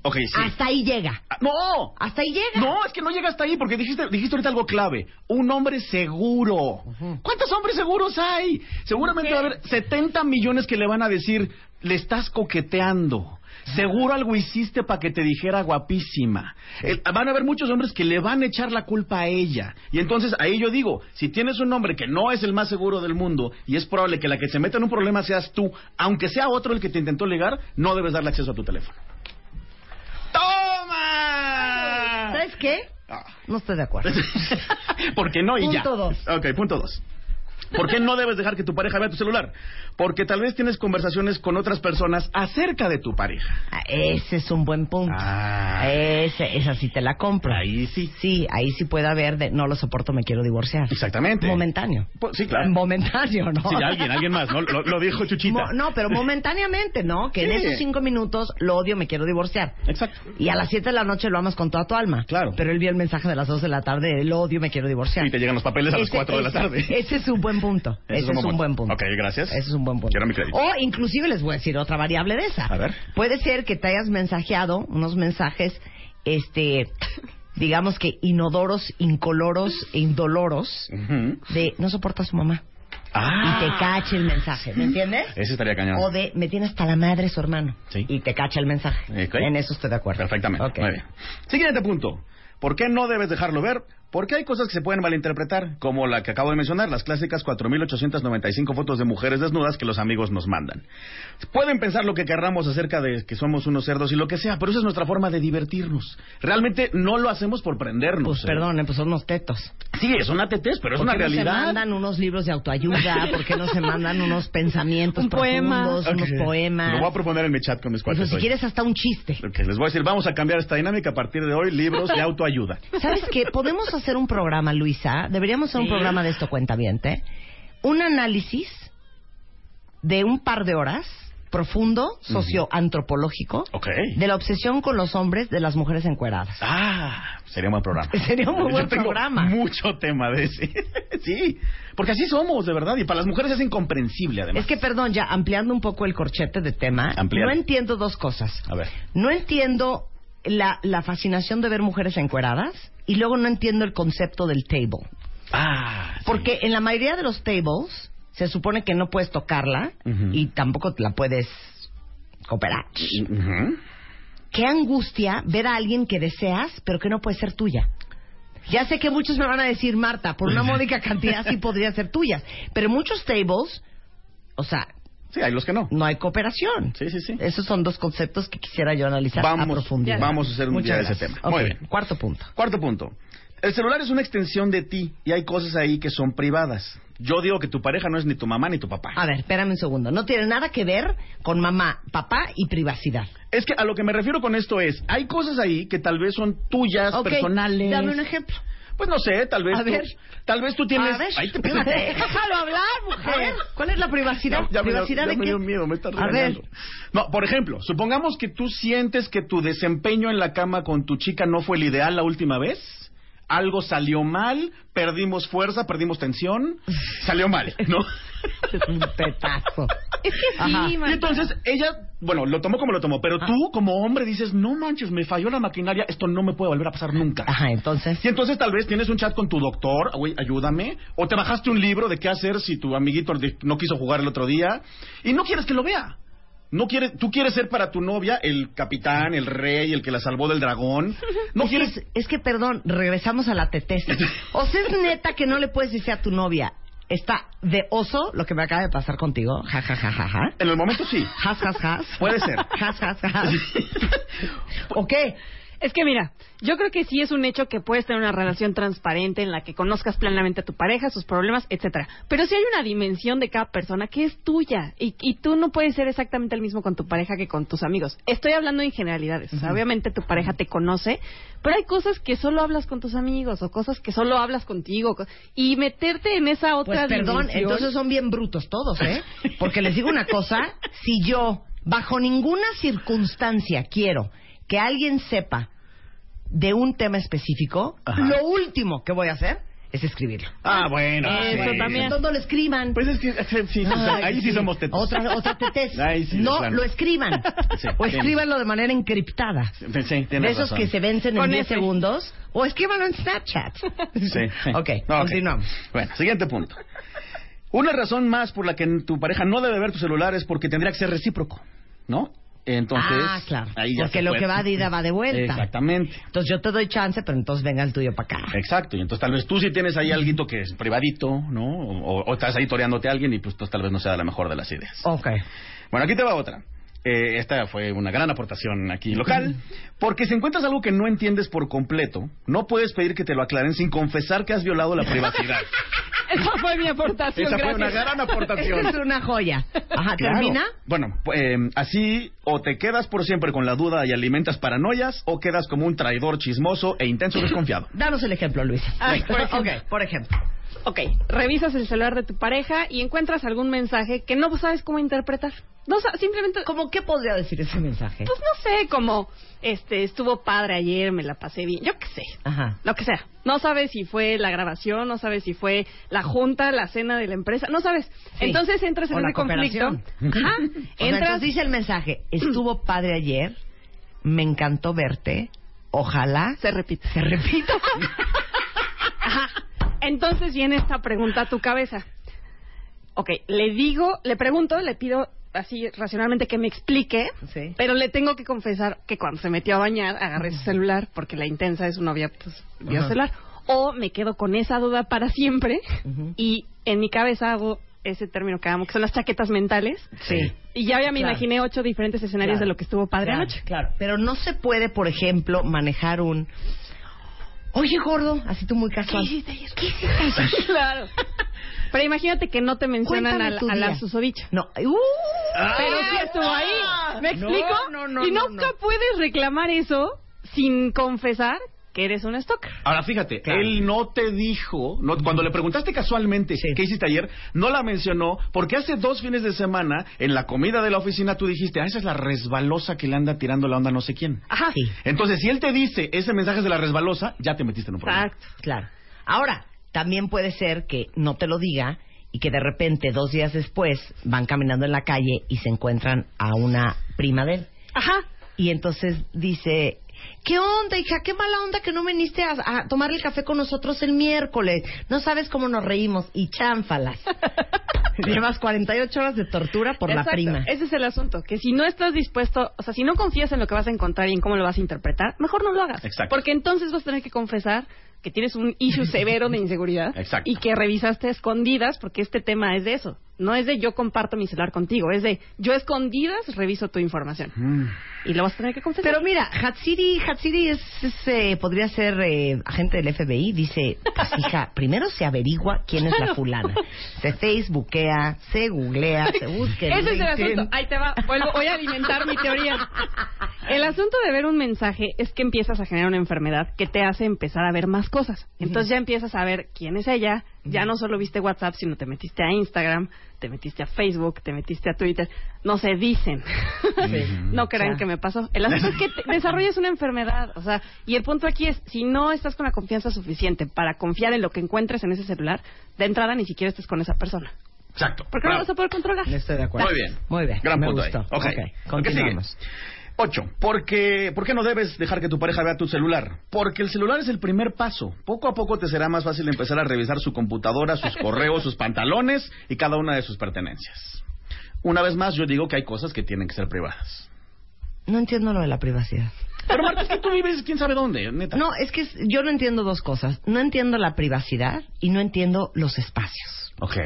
C: Ok, sí.
B: Hasta ahí llega,
C: Ah, ¡No!
B: hasta ahí llega.
C: No, es que no llegaste ahí porque dijiste, dijiste ahorita algo clave. Un hombre seguro. ¿Cuántos hombres seguros hay? Seguramente va a haber 70 millones que le van a decir, le estás coqueteando. Seguro algo hiciste para que te dijera guapísima. El- van a haber muchos hombres que le van a echar la culpa a ella. Y entonces ahí yo digo, si tienes un hombre que no es el más seguro del mundo y es probable que la que se meta en un problema seas tú, aunque sea otro el que te intentó ligar, no debes darle acceso a tu teléfono. ¡Toma!
B: ¿Sabes qué?
C: Ah.
B: No estoy de acuerdo.
C: ¿Por qué no? Y ya.
B: Punto dos.
C: Ok, punto dos. ¿Por qué no debes dejar que tu pareja vea tu celular? Porque tal vez tienes conversaciones con otras personas acerca de tu pareja.
B: Ah, Ese es un buen punto.
C: Ah.
B: Ese- esa sí te la compro.
C: Ahí sí.
B: Sí, ahí sí puede haber de no lo soporto, me quiero divorciar.
C: Exactamente.
B: Momentáneo.
C: Po- pues, Sí, claro.
B: Momentáneo, ¿no?
C: Sí, alguien, alguien más, ¿no? Lo, lo dijo Chuchita.
B: Mo- no, pero momentáneamente, ¿no? Que en
C: Sí.
B: esos cinco minutos lo odio, me quiero divorciar.
C: Exacto.
B: Y a las siete de la noche lo amas con toda tu alma.
C: Claro.
B: Pero él vio el mensaje de las dos de la tarde, lo odio, me quiero divorciar.
C: Y te llegan los papeles a las
B: Ese-
C: cuatro de la
B: ese-
C: tarde.
B: Ese es eh, un buen punto.
C: Ese es
B: Ese
C: un
B: es
C: buen
B: un buen
C: punto.
B: punto.
C: Ok, gracias.
B: Ese es un buen punto.
C: Quiero mi crédito.
B: O inclusive les voy a decir otra variable de esa.
C: A ver.
B: Puede ser que te hayas mensajeado unos mensajes, este, digamos que inodoros, incoloros e indoloros
C: Ujú.
B: de no soporta a su mamá.
C: Ah. Mm.
B: Y te cache el mensaje, ¿me entiendes?
C: Ese estaría cañón.
B: O de me tiene hasta la madre su hermano.
C: Sí.
B: Y te cacha el mensaje.
C: Ok.
B: En eso estoy de acuerdo.
C: Perfectamente.
B: Ok.
C: Muy bien. Siguiente punto. ¿Por qué no debes dejarlo ver? Porque hay cosas que se pueden malinterpretar, como la que acabo de mencionar, las clásicas 4.895 fotos de mujeres desnudas que los amigos nos mandan. Pueden pensar lo que querramos acerca de que somos unos cerdos y lo que sea, pero esa es nuestra forma de divertirnos. Realmente no lo hacemos por prendernos.
B: Pues
C: ¿eh?
B: perdón, pues son unos tetos.
C: Sí, es una tetez, pero es
B: ¿Por
C: una
B: qué No se
C: realidad.
B: mandan unos libros de autoayuda, por qué no se mandan unos pensamientos
E: Un poema.
B: profundos,
C: Ok.
B: unos poemas.
C: Lo voy a proponer en mi chat con mis
B: Eso,
C: cuates.
B: si
C: hoy.
B: quieres hasta un chiste.
C: Ok, les voy a decir, vamos a cambiar esta dinámica a partir de hoy, libros de autoayuda.
B: ¿Sabes qué? Podemos hacer un programa, Luisa. Deberíamos hacer un programa de esto, cuenta bien, Un análisis de un par de horas profundo, socioantropológico,
C: Ok.
B: de la obsesión con los hombres de las mujeres encueradas.
C: Ah, sería un buen programa.
B: Sería un muy
C: Yo
B: buen
C: tengo
B: programa.
C: Mucho tema de ese. sí, porque así somos, de verdad. Y para las mujeres es incomprensible, además.
B: Es que, perdón, ya ampliando un poco el corchete de tema,
C: Ampliar.
B: no entiendo dos cosas.
C: A ver.
B: No entiendo la, la fascinación de ver mujeres encueradas y luego no entiendo el concepto del table.
C: Ah, sí.
B: Porque en la mayoría de los tables se supone que no puedes tocarla
C: Ujú.
B: y tampoco la puedes cooperar.
C: Ujú.
B: Qué angustia ver a alguien que deseas pero que no puede ser tuya. Ya sé que muchos me van a decir, Marta, por una módica cantidad sí podría ser tuya, pero muchos tables, o sea,
C: Sí, hay los que no.
B: no hay cooperación.
C: Sí, sí, sí.
B: Esos son dos conceptos que quisiera yo analizar a
C: Vamos,
B: profundidad.
C: vamos a hacer un
B: Muchas
C: día de ese
B: gracias.
C: tema. Muy
B: Ok,
C: bien.
B: Cuarto punto.
C: Cuarto punto. El celular es una extensión de ti y hay cosas ahí que son privadas. Yo digo que tu pareja no es ni tu mamá ni tu papá.
B: A ver, espérame un segundo. No tiene nada que ver con mamá, papá y privacidad.
C: Es que a lo que me refiero con esto es, hay cosas ahí que tal vez son tuyas,
B: Ok,
C: personales.
B: Dame un ejemplo.
C: Pues no sé, tal vez
B: A
C: tú,
B: ver.
C: tal vez tú tienes.
B: A ver,
C: Ay, te-
B: espérate, déjalo hablar, mujer.
C: A ver.
B: ¿Cuál es la privacidad?
C: Ya- ya me dio-
B: ¿Privacidad
C: ya
B: de
C: me
B: qué?
C: dio miedo, me está
B: A ver,
C: regañando. No, por ejemplo, supongamos que tú sientes que tu desempeño en la cama con tu chica no fue el ideal la última vez. Algo salió mal, perdimos fuerza, perdimos tensión, salió mal, ¿no?
B: es un petazo.
E: Es que sí,
B: Ajá.
C: Y entonces ella, bueno, lo tomó como lo tomó, pero tú como hombre dices, no manches, me falló la maquinaria, esto no me puede volver a pasar nunca.
B: Ajá, entonces.
C: Y entonces tal vez tienes un chat con tu doctor, "Ah, güey, ayúdame, o te bajaste un libro de qué hacer si tu amiguito de- no quiso jugar el otro día y no quieres que lo vea. No quieres, tú quieres ser para tu novia el capitán, el rey, el que la salvó del dragón. No
B: es, que,
C: quieres
B: es- es que, perdón, regresamos a la tetesa. O sea, es neta que no le puedes decir a tu novia, está de oso lo que me acaba de pasar contigo. Ja, ja, ja, ja, ja.
C: en el momento sí.
B: Has, has, has.
C: Puede ser.
B: Has, has, has. ¿O qué?
E: Es que mira, yo creo que sí es un hecho que puedes tener una relación transparente en la que conozcas plenamente a tu pareja, sus problemas, etcétera. Pero sí hay una dimensión de cada persona que es tuya y, y tú no puedes ser exactamente el mismo con tu pareja que con tus amigos. Estoy hablando en generalidades. O sea, obviamente tu pareja te conoce, pero hay cosas que solo hablas con tus amigos o cosas que solo hablas contigo co- y meterte en esa
B: Pues
E: otra
B: perdón,
E: dimensión.
B: entonces son bien brutos todos, ¿eh? Porque les digo una cosa, si yo bajo ninguna circunstancia quiero que alguien sepa de un tema específico,
C: Ajá.
B: lo último que voy a hacer es escribirlo.
C: Ah, bueno.
E: Eso
C: sí.
E: también.
B: Entonces no lo escriban.
C: Pues es que sí, sí, sí,
B: Ay,
C: ahí sí, somos tetos.
B: Otra, otra tetés.
C: Ahí sí, de
B: no,
C: plano.
B: lo escriban.
C: Sí,
B: o
C: bien.
B: escríbanlo de manera encriptada.
C: Sí, sí, tienes
B: De esos
C: razón.
B: que se vencen en
E: Con
B: 10
E: ese.
B: segundos. O escríbanlo en Snapchat.
C: Sí, sí.
B: Ok, continuamos.
C: Bueno, siguiente punto. Una razón más por la que tu pareja no debe ver tu celular es porque tendría que ser recíproco, ¿no? Entonces,
B: ah, claro.
C: ahí ya
B: Porque
C: se
B: lo
C: puede.
B: que va de ida va de vuelta.
C: Exactamente.
B: Entonces yo te doy chance, pero entonces venga el tuyo para acá.
C: Exacto, y entonces tal vez tú sí tienes ahí alguito que es privadito, ¿no? O, o- o estás ahí toreándote a alguien y pues, pues, tal vez no sea la mejor de las ideas.
B: Ok.
C: Bueno, aquí te va otra. Eh, esta fue una gran aportación aquí local, porque si encuentras algo que no entiendes por completo, no puedes pedir que te lo aclaren sin confesar que has violado la privacidad.
E: Esa fue mi aportación.
C: Esa fue
E: gracias.
C: una gran aportación.
B: Esta es una joya. Ajá,
C: Claro.
B: termina.
C: Bueno, pues, eh, así o te quedas por siempre con la duda y alimentas paranoias, o quedas como un traidor chismoso e intenso desconfiado.
B: Danos el ejemplo, Luis.
E: Ay, por ejemplo.
B: Ok, por ejemplo.
E: Ok, revisas el celular de tu pareja y encuentras algún mensaje que no sabes cómo interpretar. No, sa- simplemente
B: ¿Cómo qué podría decir ese mensaje?
E: Pues no sé, como este estuvo padre ayer, me la pasé bien, yo qué sé.
B: Ajá.
E: Lo que sea. No sabes si fue la grabación, no sabes si fue la junta, la cena de la empresa, no sabes.
B: Sí.
E: Entonces entras en
B: O la
E: ese conflicto.
B: cooperación.
E: Ajá.
B: O sea,
E: Entras
B: entonces dice el mensaje, estuvo padre ayer, me encantó verte, ojalá
E: se repite.
B: se repita.
E: Ajá. Entonces viene esta pregunta a tu cabeza. Ok, le digo, le pregunto, le pido así racionalmente que me explique,
B: Sí.
E: pero le tengo que confesar que cuando se metió a bañar agarré su celular porque la intensa de su novia pues vio
B: Ajá.
E: el celular. O me quedo con esa duda para siempre
B: Ujú.
E: y en mi cabeza hago ese término que amo, que son las chaquetas mentales.
B: Sí.
E: Y ya, ya me
B: Claro.
E: imaginé ocho diferentes escenarios
B: Claro.
E: de lo que estuvo padre
B: Claro,
E: anoche.
B: Claro, pero no se puede, por ejemplo, manejar un... Oye, gordo, así tú muy casual. ¿Qué hiciste ayer?
E: claro. Pero imagínate que no te mencionan
B: Cuéntame
E: a la,
B: tu
E: a la
B: día.
E: susodicha.
B: No. ¡Uh!
E: pero sí estuvo ahí. ¿Me explico?
B: No, no, no,
E: y
B: no,
E: nunca
B: no.
E: puedes reclamar eso sin confesar que eres un stalker.
C: Ahora fíjate,
B: Claro.
C: él no te dijo, no- cuando le preguntaste casualmente
B: Sí.
C: qué hiciste ayer, no la mencionó porque hace dos fines de semana en la comida de la oficina tú dijiste, ah, esa es la resbalosa que le anda tirando la onda a no sé quién.
E: Ajá.
B: Sí.
C: Entonces, si él te dice ese mensaje es de la resbalosa, ya te metiste en un problema.
E: Exacto.
B: Claro. Ahora, también puede ser que no te lo diga y que de repente, dos días después, van caminando en la calle y se encuentran a una prima de él.
E: Ajá.
B: Y entonces dice, ¿qué onda, hija? ¿Qué mala onda que no viniste a, a tomar el café con nosotros el miércoles? No sabes cómo nos reímos. Y chánfalas. Llevas 48 horas de tortura por la
E: Exacto.
B: prima.
E: Ese es el asunto, que si no estás dispuesto, o sea, si no confías en lo que vas a encontrar y en cómo lo vas a interpretar, mejor no lo hagas.
C: Exacto.
E: Porque entonces vas a tener que confesar que tienes un issue severo de inseguridad
C: Exacto.
E: y que revisaste a escondidas, porque este tema es de eso. No es de yo comparto mi celular contigo, es de yo a escondidas reviso tu información.
B: Ah.
C: Mm.
E: Y lo vas a tener que confesar.
B: Pero mira, Hatsiri, Hatsiri es, es, eh, podría ser eh, agente del FBI. Dice, pues hija, primero se averigua quién es la
E: Claro.
B: fulana. Se facebookea, se googlea, se busca en
E: Ese es el
B: LinkedIn.
E: asunto. Ahí te va. Vuelvo- voy a alimentar mi teoría. El asunto de ver un mensaje es que empiezas a generar una enfermedad que te hace empezar a ver más cosas. Entonces ya empiezas a ver quién es ella. Ya no solo viste WhatsApp, sino te metiste a Instagram, te metiste a Facebook, te metiste a Twitter. No se dicen. no crean
B: Ya.
E: que me pasó. El asunto es que te- desarrollas una enfermedad. O sea, y el punto aquí es, si no estás con la confianza suficiente para confiar en lo que encuentres en ese celular, de entrada ni siquiera estés con esa persona.
C: Exacto.
E: Porque no lo vas a poder controlar.
B: Estoy de acuerdo.
C: Muy bien.
B: Muy bien.
C: Gran
B: me
C: punto
B: gustó.
C: ahí. Ok.
B: Ok,
C: ¿Qué sigue?
B: Continuamos.
C: Ocho, porque, ¿por qué no debes dejar que tu pareja vea tu celular? Porque el celular es el primer paso. Poco a poco te será más fácil empezar a revisar su computadora, sus correos, sus pantalones y cada una de sus pertenencias. Una vez más, yo digo que hay cosas que tienen que ser privadas.
B: No entiendo lo de la privacidad.
C: Pero Marta, es que tú vives quién sabe dónde, neta.
B: No, es que es- yo no entiendo dos cosas. No entiendo la privacidad y no entiendo los espacios.
C: Ok.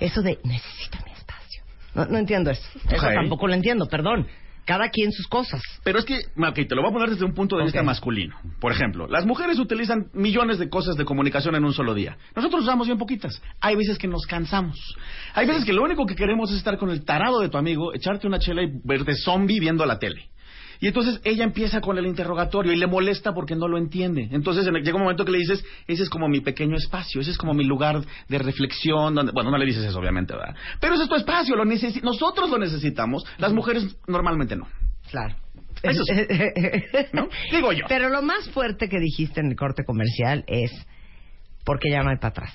B: Eso de necesito mi espacio. No, no entiendo eso. Eso
C: Ok.
B: tampoco lo entiendo, perdón. Cada quien sus cosas.
C: Pero es que, ok, te lo voy a poner desde un punto de
B: Ok.
C: vista masculino. Por ejemplo, las mujeres utilizan millones de cosas de comunicación en un solo día. Nosotros usamos bien poquitas. Hay veces que nos cansamos. Hay veces que lo único que queremos es estar con el tarado de tu amigo, echarte una chela y verte zombie viendo la tele. Y entonces ella empieza con el interrogatorio y le molesta porque no lo entiende. Entonces en- llega un momento que le dices, ese es como mi pequeño espacio, ese es como mi lugar de reflexión. Donde... Bueno, no le dices eso, obviamente, ¿verdad? Pero ese es tu espacio, lo necesi- nosotros lo necesitamos, las mujeres normalmente no.
B: Claro.
C: Eso ¿No? Digo yo.
B: Pero lo más fuerte que dijiste en el corte comercial es porque ya no hay para atrás.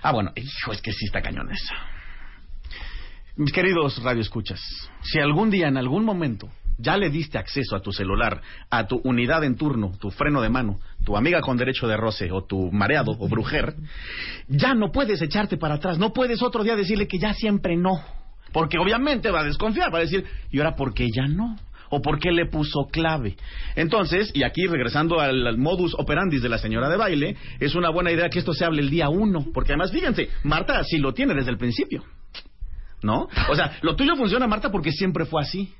C: Ah, bueno, hijo, es que sí está cañón eso. Mis queridos radioescuchas, si algún día, en algún momento, ya le diste acceso a tu celular, a tu unidad en turno, tu freno de mano, tu amiga con derecho de roce o tu mareado o brujer, ya no puedes echarte para atrás, no puedes otro día decirle que ya siempre no. Porque obviamente va a desconfiar, va a decir, ¿y ahora por qué ya no? ¿O por qué le puso clave? Entonces, y aquí regresando al, al modus operandi de la señora de baile, es una buena idea que esto se hable el día uno. Porque además, fíjense, Marta sí lo tiene desde el principio. ¿No? O sea, lo tuyo funciona, Marta, porque siempre fue así.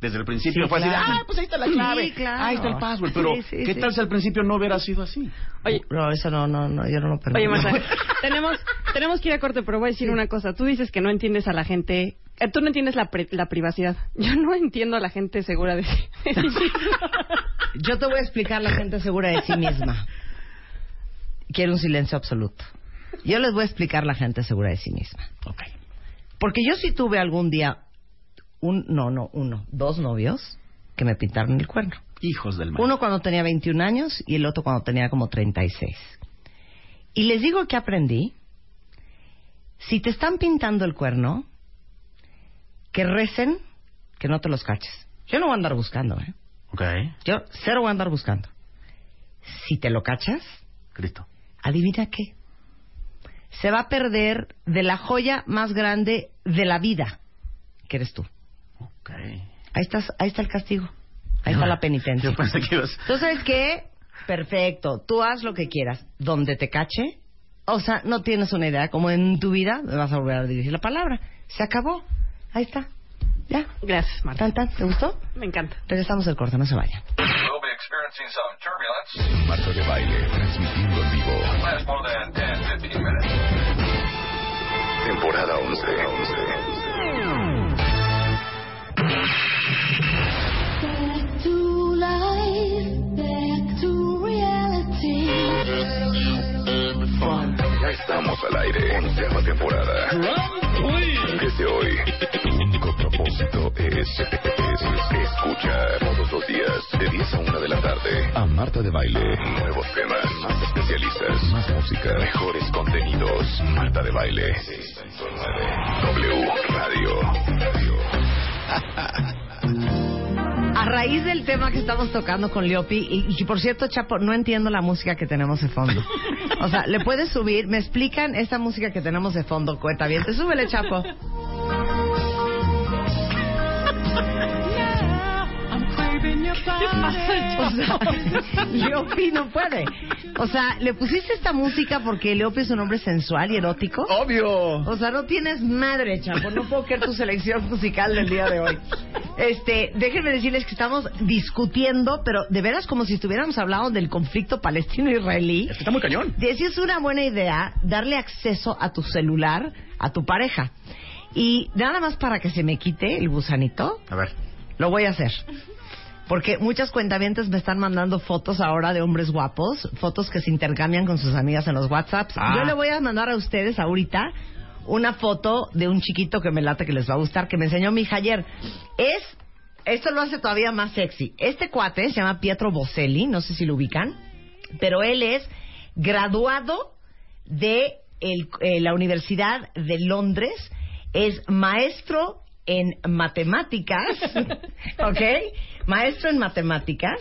C: Desde el principio
B: Sí,
C: fue
B: claro.
C: así. Ah, pues ahí está la clave.
B: Sí, claro.
C: Ahí está el password. Pero,
B: Sí, sí,
C: ¿qué
B: sí.
C: tal si al principio no hubiera sido así?
E: Oye,
B: No, eso no, no, no, yo no lo permito.
E: Oye, Marta, tenemos, tenemos que ir a corte, pero voy a decir una cosa. Tú dices que no entiendes a la gente. eh, Tú no entiendes la, pri- la privacidad. Yo no entiendo a la gente segura de sí. de sí misma.
B: Yo te voy a explicar la gente segura de sí misma. Quiero un silencio absoluto. Yo les voy a explicar la gente segura de sí misma.
C: Ok.
B: Porque yo sí tuve algún día un, no, no, uno, dos novios que me pintaron el cuerno.
C: Hijos del mal.
B: Uno cuando tenía 21 años y el otro cuando tenía como 36. Y les digo que aprendí, si te están pintando el cuerno, que recen, que no te los caches. Yo no voy a andar buscando, ¿eh?
C: Ok.
B: Yo cero voy a andar buscando. Si te lo cachas,
C: Cristo.
B: adivina qué. Se va a perder de la joya más grande de la vida, que eres tú.
C: Ok.
B: Ahí, estás, ahí está el castigo. Ahí está la penitencia.
C: Yo pensé que ibas...
B: ¿Tú sabes qué? Perfecto. Tú haz lo que quieras. Donde te cache. O sea, no tienes una idea. Como en tu vida me vas a volver a dirigir la palabra. Se acabó. Ahí está. Ya.
E: Gracias, Marta.
B: Tan, tan. ¿Te gustó?
E: Me encanta.
B: Regresamos al corte. No se vayan.
G: We'll be experiencing some turbulence.
F: Marta de Baile, transmitiendo en vivo.
G: Last more than 10, 15 minutes.
F: Temporada 11.
H: Back to life, back to reality.
G: Estamos al aire. Onceava temporada. Desde hoy, tu único propósito es, es escuchar todos los días de 10 a 1 de la tarde a Marta de Baile. Nuevos temas, más especialistas, más música, mejores contenidos. Marta de Baile. W Radio.
B: A raíz del tema que estamos tocando con Leopi, y, y por cierto, Chapo, no entiendo la música que tenemos de fondo. O sea, ¿le puedes subir? ¿Me explican esta música que tenemos de fondo? Cuenta bien, te súbele, Chapo. O sea, Leopi no puede. O sea, ¿le pusiste esta música porque Leopi es un hombre sensual y erótico?
C: Obvio.
B: O sea, no tienes madre, Chapo. No puedo creer tu selección musical del día de hoy. Este, déjenme decirles que estamos discutiendo, pero de veras como si estuviéramos hablando del conflicto palestino-israelí.
C: Es que está muy cañón.
B: De si es una buena idea darle acceso a tu celular a tu pareja. Y nada más para que se me quite el gusanito,
C: A ver.
B: lo voy a hacer. Porque muchas cuentavientes me están mandando fotos ahora de hombres guapos, fotos que se intercambian con sus amigas en los WhatsApps.
C: Ah.
B: Yo le voy a mandar a ustedes ahorita una foto de un chiquito que me late que les va a gustar, que me enseñó mi hija ayer. Es, esto lo hace todavía más sexy. Este cuate se llama Pietro Boselli, no sé si lo ubican, pero él es graduado de el- eh, la Universidad de Londres, es maestro en matemáticas, ¿ok? Maestro en matemáticas,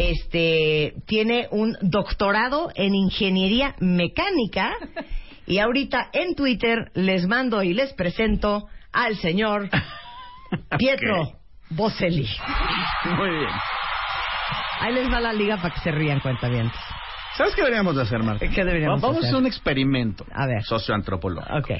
B: este, tiene un doctorado en ingeniería mecánica y ahorita en Twitter les mando y les presento al señor Pietro Boselli.
C: Muy bien.
B: Ahí les va la liga para que se rían cuenta bien.
C: ¿Sabes qué deberíamos de hacer, Marta?
B: ¿Qué deberíamos
C: Va- Vamos
B: hacer?
C: a un experimento
B: A ver.
C: socioantropológico.
B: Ok.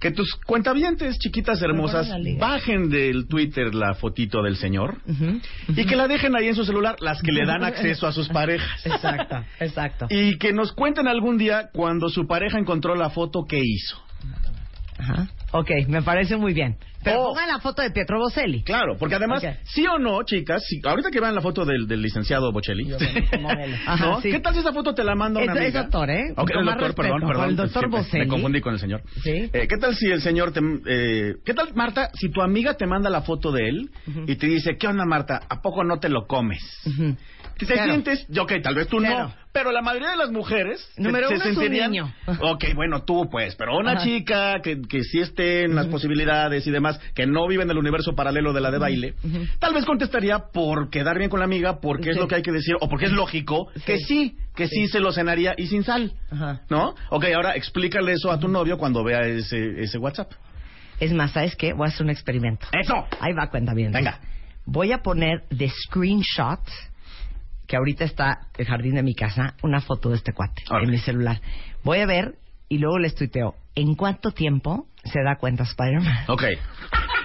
C: Que tus cuentavientes chiquitas hermosas
B: Perdón, la liga.
C: bajen del Twitter la fotito del señor
B: Ujú.
C: y que la dejen ahí en su celular las que le dan acceso a sus parejas.
B: Exacto, exacto.
C: Y que nos cuenten algún día cuando su pareja encontró la foto que hizo.
B: Ajá. Ok, me parece muy bien. Pero
C: Oh.
B: pongan la foto de Pietro Boselli.
C: Claro, porque además,
B: Ok.
C: sí o no, chicas, si- ahorita que vean la foto del, del licenciado Bocelli,
B: modelo.
C: ¿no?
B: Ajá, sí.
C: ¿qué tal si esa foto te la manda una
B: Es-
C: amiga?
B: es doctor, ¿eh?
C: Ok,
B: Con
C: el
B: más
C: doctor,
B: respeto,
C: perdón,
B: con
C: perdón.
B: el doctor
C: es que me-
B: Bocelli.
C: Me confundí con el señor.
B: Sí.
C: Eh, ¿Qué tal si el señor te... eh, ¿Qué tal, Marta, si tu amiga te manda la foto de él y te dice, ¿qué onda, Marta? ¿A poco no te lo comes?
B: Ujú.
C: Si te
B: Claro.
C: sientes, yo, ok, tal vez tú
B: Claro.
C: no, pero la mayoría de las mujeres se-
B: Número
C: se
B: uno es un
C: sentirían,
B: niño.
C: ok, bueno, tú pues, pero una
B: Ajá.
C: chica que, que sí esté en las posibilidades y demás, que no vive en el universo paralelo de la de baile, tal vez contestaría por quedar bien con la amiga, porque es
B: Sí.
C: lo que hay que decir, o porque es lógico, que sí, que sí. se lo cenaría y sin sal,
B: Ajá.
C: ¿no? Ok, ahora explícale eso a tu novio cuando vea ese, ese WhatsApp.
B: Es más, ¿sabes qué? Voy a hacer un experimento.
C: ¡Eso!
B: Ahí va, cuenta bien.
C: Venga.
B: Voy a poner de screenshot, que ahorita está el jardín de mi casa, una foto de este cuate
C: Órale.
B: en mi celular. Voy a ver y luego les tuiteo. ¿En cuánto tiempo se da cuenta Spider-Man?
C: Ok.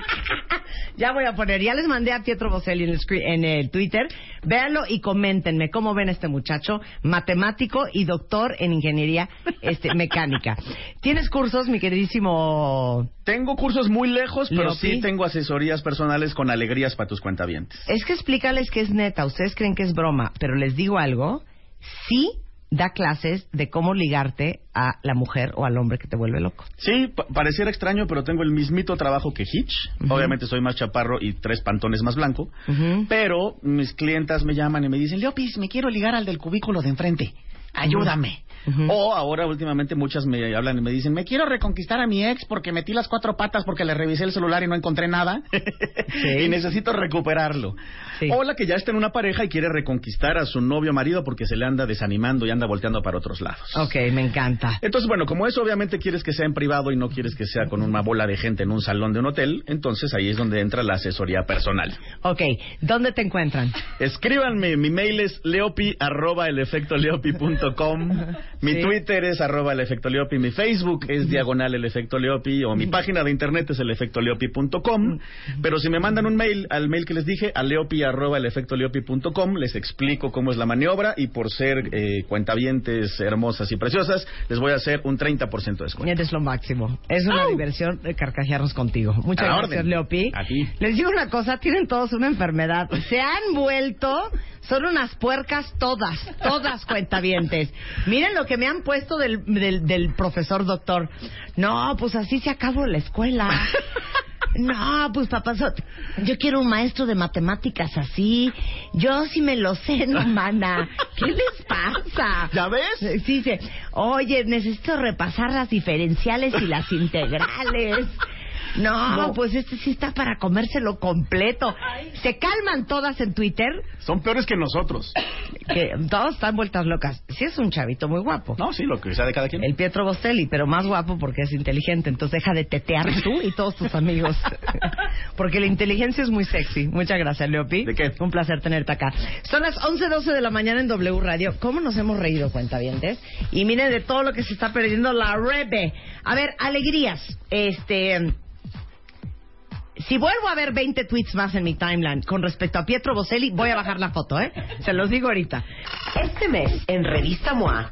B: Ya voy a poner, ya les mandé a Pietro Boselli en el, screen- en el Twitter. Véanlo y coméntenme cómo ven a este muchacho, matemático y doctor en ingeniería este, mecánica. ¿Tienes cursos, mi queridísimo?
C: Tengo cursos muy lejos, pero
B: Leopi.
C: sí tengo asesorías personales con alegrías para tus cuentavientes.
B: Es que explícales que es neta, ustedes creen que es broma, pero les digo algo, sí da clases de cómo ligarte a la mujer o al hombre que te vuelve loco.
C: Sí, pa- pareciera extraño, pero tengo el mismito trabajo que Hitch.
B: Ujú.
C: Obviamente soy más chaparro y tres pantones más blanco.
B: Ujú.
C: Pero mis clientas me llaman y me dicen, Leopis, me quiero ligar al del cubículo de enfrente. Ayúdame. Oh.
B: Ujú.
C: O ahora últimamente muchas me hablan y me dicen, me quiero reconquistar a mi ex porque metí las cuatro patas porque le revisé el celular y no encontré nada. y necesito recuperarlo.
B: Sí.
C: O la que ya está en una pareja y quiere reconquistar a su novio o marido porque se le anda desanimando y anda volteando para otros lados.
B: Ok, me encanta.
C: Entonces, bueno, como eso obviamente quieres que sea en privado y no quieres que sea con una bola de gente en un salón de un hotel, entonces ahí es donde entra la asesoría personal.
B: Ok, ¿dónde te encuentran?
C: Escríbanme, mi mail es leopi arroba elefectoleopi.com, mi
B: Sí.
C: Twitter es arroba elefectoleopi, mi Facebook es diagonal elefectoleopi o mi página de internet es elefectoleopi.com, pero si me mandan un mail al mail que les dije, a leopi arroba elefectoleopi.com, les explico cómo es la maniobra y por ser eh, cuentavientes hermosas y preciosas, les voy a hacer un 30% de descuento.
B: Eres lo máximo. Es una diversión eh, carcajearnos contigo. Muchas
C: A la
B: gracias,
C: orden.
B: Leopi.
C: A ti.
B: Les digo una cosa, tienen todos una enfermedad. Se han vuelto, son unas puercas todas, todas cuentavientes. insolentes. Miren lo que me han puesto del, del, del profesor doctor. No, pues así se acabó la escuela. No, pues papá, so- yo quiero un maestro de matemáticas así. Yo sí me lo sé, no, mana. ¿Qué les pasa?
C: ¿Ya ves?
B: Sí, dice, oye, necesito repasar las diferenciales y las integrales. No, pues este sí está para comérselo completo. Se calman todas en Twitter,
C: Son peores que nosotros.
B: que todas están vueltas locas. Sí es un chavito muy guapo.
C: No, sí, lo que sea de cada quien.
B: El Pietro Bostelli, pero más guapo porque es inteligente. Entonces deja de tetear tú y todos tus amigos. porque la inteligencia es muy sexy. Muchas gracias, Leopi.
C: ¿De qué?
B: Un placer tenerte acá. Son las 11.12 de la mañana en W Radio. ¿Cómo nos hemos reído, cuentavientes? Y miren de todo lo que se está perdiendo la Rebe. A ver, alegrías. Este... Si vuelvo a ver 20 tweets más en mi timeline con respecto a Pietro Boselli, voy a bajar la foto, ¿eh? Se los digo ahorita.
A: Este mes, en Revista MOA,